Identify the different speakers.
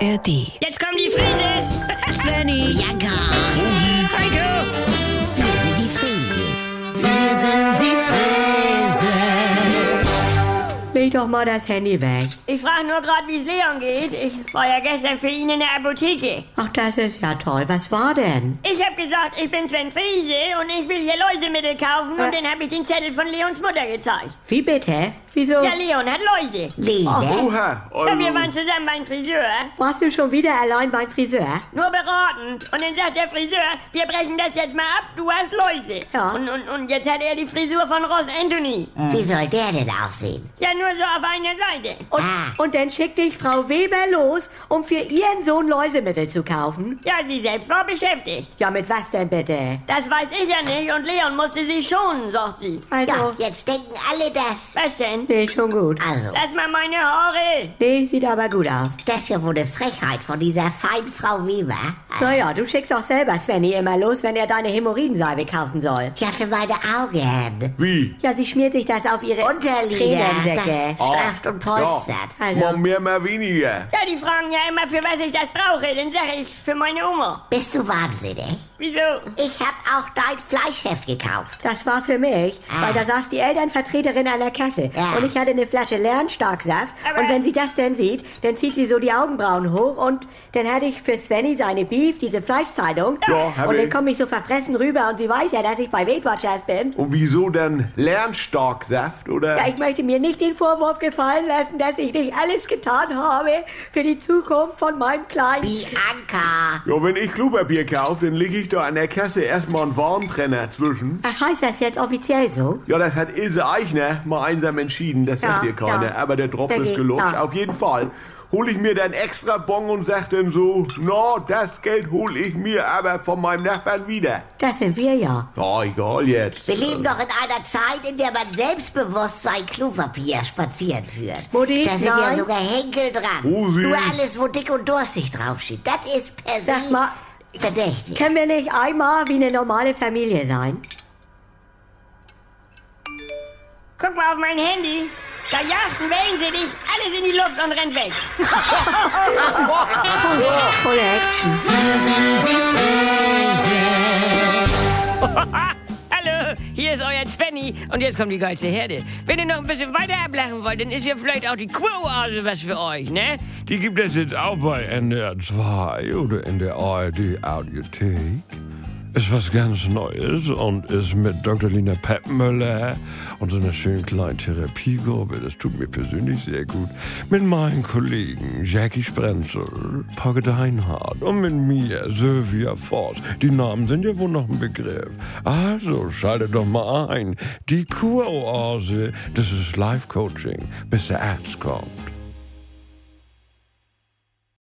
Speaker 1: ARD.
Speaker 2: Jetzt kommen die Frises!
Speaker 3: Svenny, Jagger,
Speaker 2: Heiko!
Speaker 3: wir sind die Frieses. Wir sind die Frieses. Leg doch mal das Handy weg.
Speaker 2: Ich frage nur gerade, wie es Leon geht. Ich war ja gestern für ihn in der Apotheke.
Speaker 3: Ach, das ist ja toll. Was war denn?
Speaker 2: Ich habe gesagt, ich bin Sven Friese und ich will hier Läusemittel kaufen und dann habe ich den Zettel von Leons Mutter gezeigt.
Speaker 3: Wie bitte? Wieso?
Speaker 2: Ja, Leon hat Läuse.
Speaker 3: Liebe,
Speaker 4: Oha,
Speaker 2: Ja, wir
Speaker 4: Euro.
Speaker 2: waren zusammen beim Friseur,
Speaker 3: warst du schon wieder allein beim Friseur?
Speaker 2: nur beraten. Und dann sagt der Friseur, wir brechen das jetzt mal ab, du hast Läuse.
Speaker 3: Ja.
Speaker 2: Und, und, und jetzt hat er die Frisur von Ross Anthony.
Speaker 5: Wie soll der denn aussehen?
Speaker 2: Ja, nur so auf einer Seite.
Speaker 3: Und,
Speaker 5: Ah.
Speaker 3: und dann schickt dich Frau Weber los, um für ihren Sohn Läusemittel zu kaufen?
Speaker 2: Ja, sie selbst war beschäftigt.
Speaker 3: Ja, mit was denn bitte?
Speaker 2: Das weiß ich ja nicht und Leon musste sich schonen, sagt sie.
Speaker 5: Ja,
Speaker 3: Also,
Speaker 5: jetzt denken alle das.
Speaker 2: Was denn?
Speaker 3: nee, schon gut.
Speaker 5: Also,
Speaker 2: Lass mal meine Haare.
Speaker 3: Nee, sieht aber gut aus.
Speaker 5: das hier wurde Frechheit von dieser feinen Frau Weber.
Speaker 3: Naja, du schickst auch selber Svenny immer los, wenn er deine Hämorrhoidenseibe kaufen soll.
Speaker 5: Ja, für meine Augen.
Speaker 4: Wie? Ah,
Speaker 3: Ja, sie schmiert sich das auf ihre
Speaker 5: Unterlider,
Speaker 3: Tränensäcke.
Speaker 5: das strafft und
Speaker 4: Oh,
Speaker 5: polstert.
Speaker 3: Also-
Speaker 4: Mal mehr, mal weniger.
Speaker 2: Ja, die fragen ja immer, für was ich das brauche. Dann sag ich, für meine Oma.
Speaker 5: Bist du wahnsinnig?
Speaker 2: Wieso?
Speaker 5: Ich hab auch dein Fleischheft gekauft.
Speaker 3: Das war für mich,
Speaker 5: Ah.
Speaker 3: weil da saß die Elternvertreterin an der Kasse
Speaker 5: Ja.
Speaker 3: und ich hatte eine Flasche Lernstarksaft
Speaker 2: Aber-
Speaker 3: und wenn sie das denn sieht, dann zieht sie so die Augenbrauen hoch und dann hatte ich für Svenny seine Beef, diese Fleischzeitung
Speaker 4: Ja, hab
Speaker 3: und dann
Speaker 4: ich.
Speaker 3: komme ich so verfressen rüber und sie weiß ja, dass ich bei Weight Watchers bin.
Speaker 4: Und wieso denn Lernstarksaft, oder?
Speaker 3: Ja, ich möchte mir nicht den Vorwurf gefallen lassen, dass ich nicht alles getan habe für die Zukunft von meinem Kleinen.
Speaker 5: Bianca.
Speaker 4: Ja, wenn ich Klopapier kaufe, dann lege ich da an der Kasse erstmal einen Warntrenner zwischen.
Speaker 3: Ach, heißt das jetzt offiziell so?
Speaker 4: Ja, das hat Ilse Eichner mal einsam entschieden, das sagt
Speaker 3: Ja,
Speaker 4: dir keiner.
Speaker 3: ja.
Speaker 4: Aber der Tropfen
Speaker 3: Sehr
Speaker 4: ist
Speaker 3: gut,
Speaker 4: gelutscht.
Speaker 3: ja.
Speaker 4: Auf jeden Fall hole ich mir dann extra Bon und sag dann so, na, das Geld hole ich mir aber von meinem Nachbarn wieder.
Speaker 3: Das sind wir ja.
Speaker 4: Ja, egal jetzt.
Speaker 5: Wir leben doch in einer Zeit, in der man selbstbewusst sein Klopapier spazieren führt.
Speaker 3: Mutti,
Speaker 5: da sind ja
Speaker 3: nein.
Speaker 5: sogar Henkel dran.
Speaker 4: Rosi.
Speaker 5: Nur alles, wo dick und durstig draufsteht. Das ist per se
Speaker 3: Sag mal,
Speaker 5: verdächtig.
Speaker 3: Können wir nicht einmal wie eine normale Familie sein?
Speaker 2: Guck mal auf mein Handy. Da jachten Wellen sie dich alles in die Luft und rennt weg.
Speaker 3: Volle Action.
Speaker 6: Hallo, hier ist euer Svenny und jetzt kommt die geilste Herde. Wenn ihr noch ein bisschen weiter ablachen wollt, dann ist hier vielleicht auch die Quo-Oase was für euch, ne?
Speaker 7: Die gibt es jetzt auch bei NDR 2 oder in der ARD Audiothek. Ist was ganz Neues und ist mit Dr. Lina Peppmüller und so einer schönen kleinen Therapiegruppe, das tut mir persönlich sehr gut, mit meinen Kollegen Jackie Sprenzel, Pogge Deinhardt und mit mir Sylvia Voss. Die Namen sind ja wohl noch ein Begriff. Also schaltet doch mal ein. Die Kuroase, das ist Life-Coaching, bis der Arzt kommt.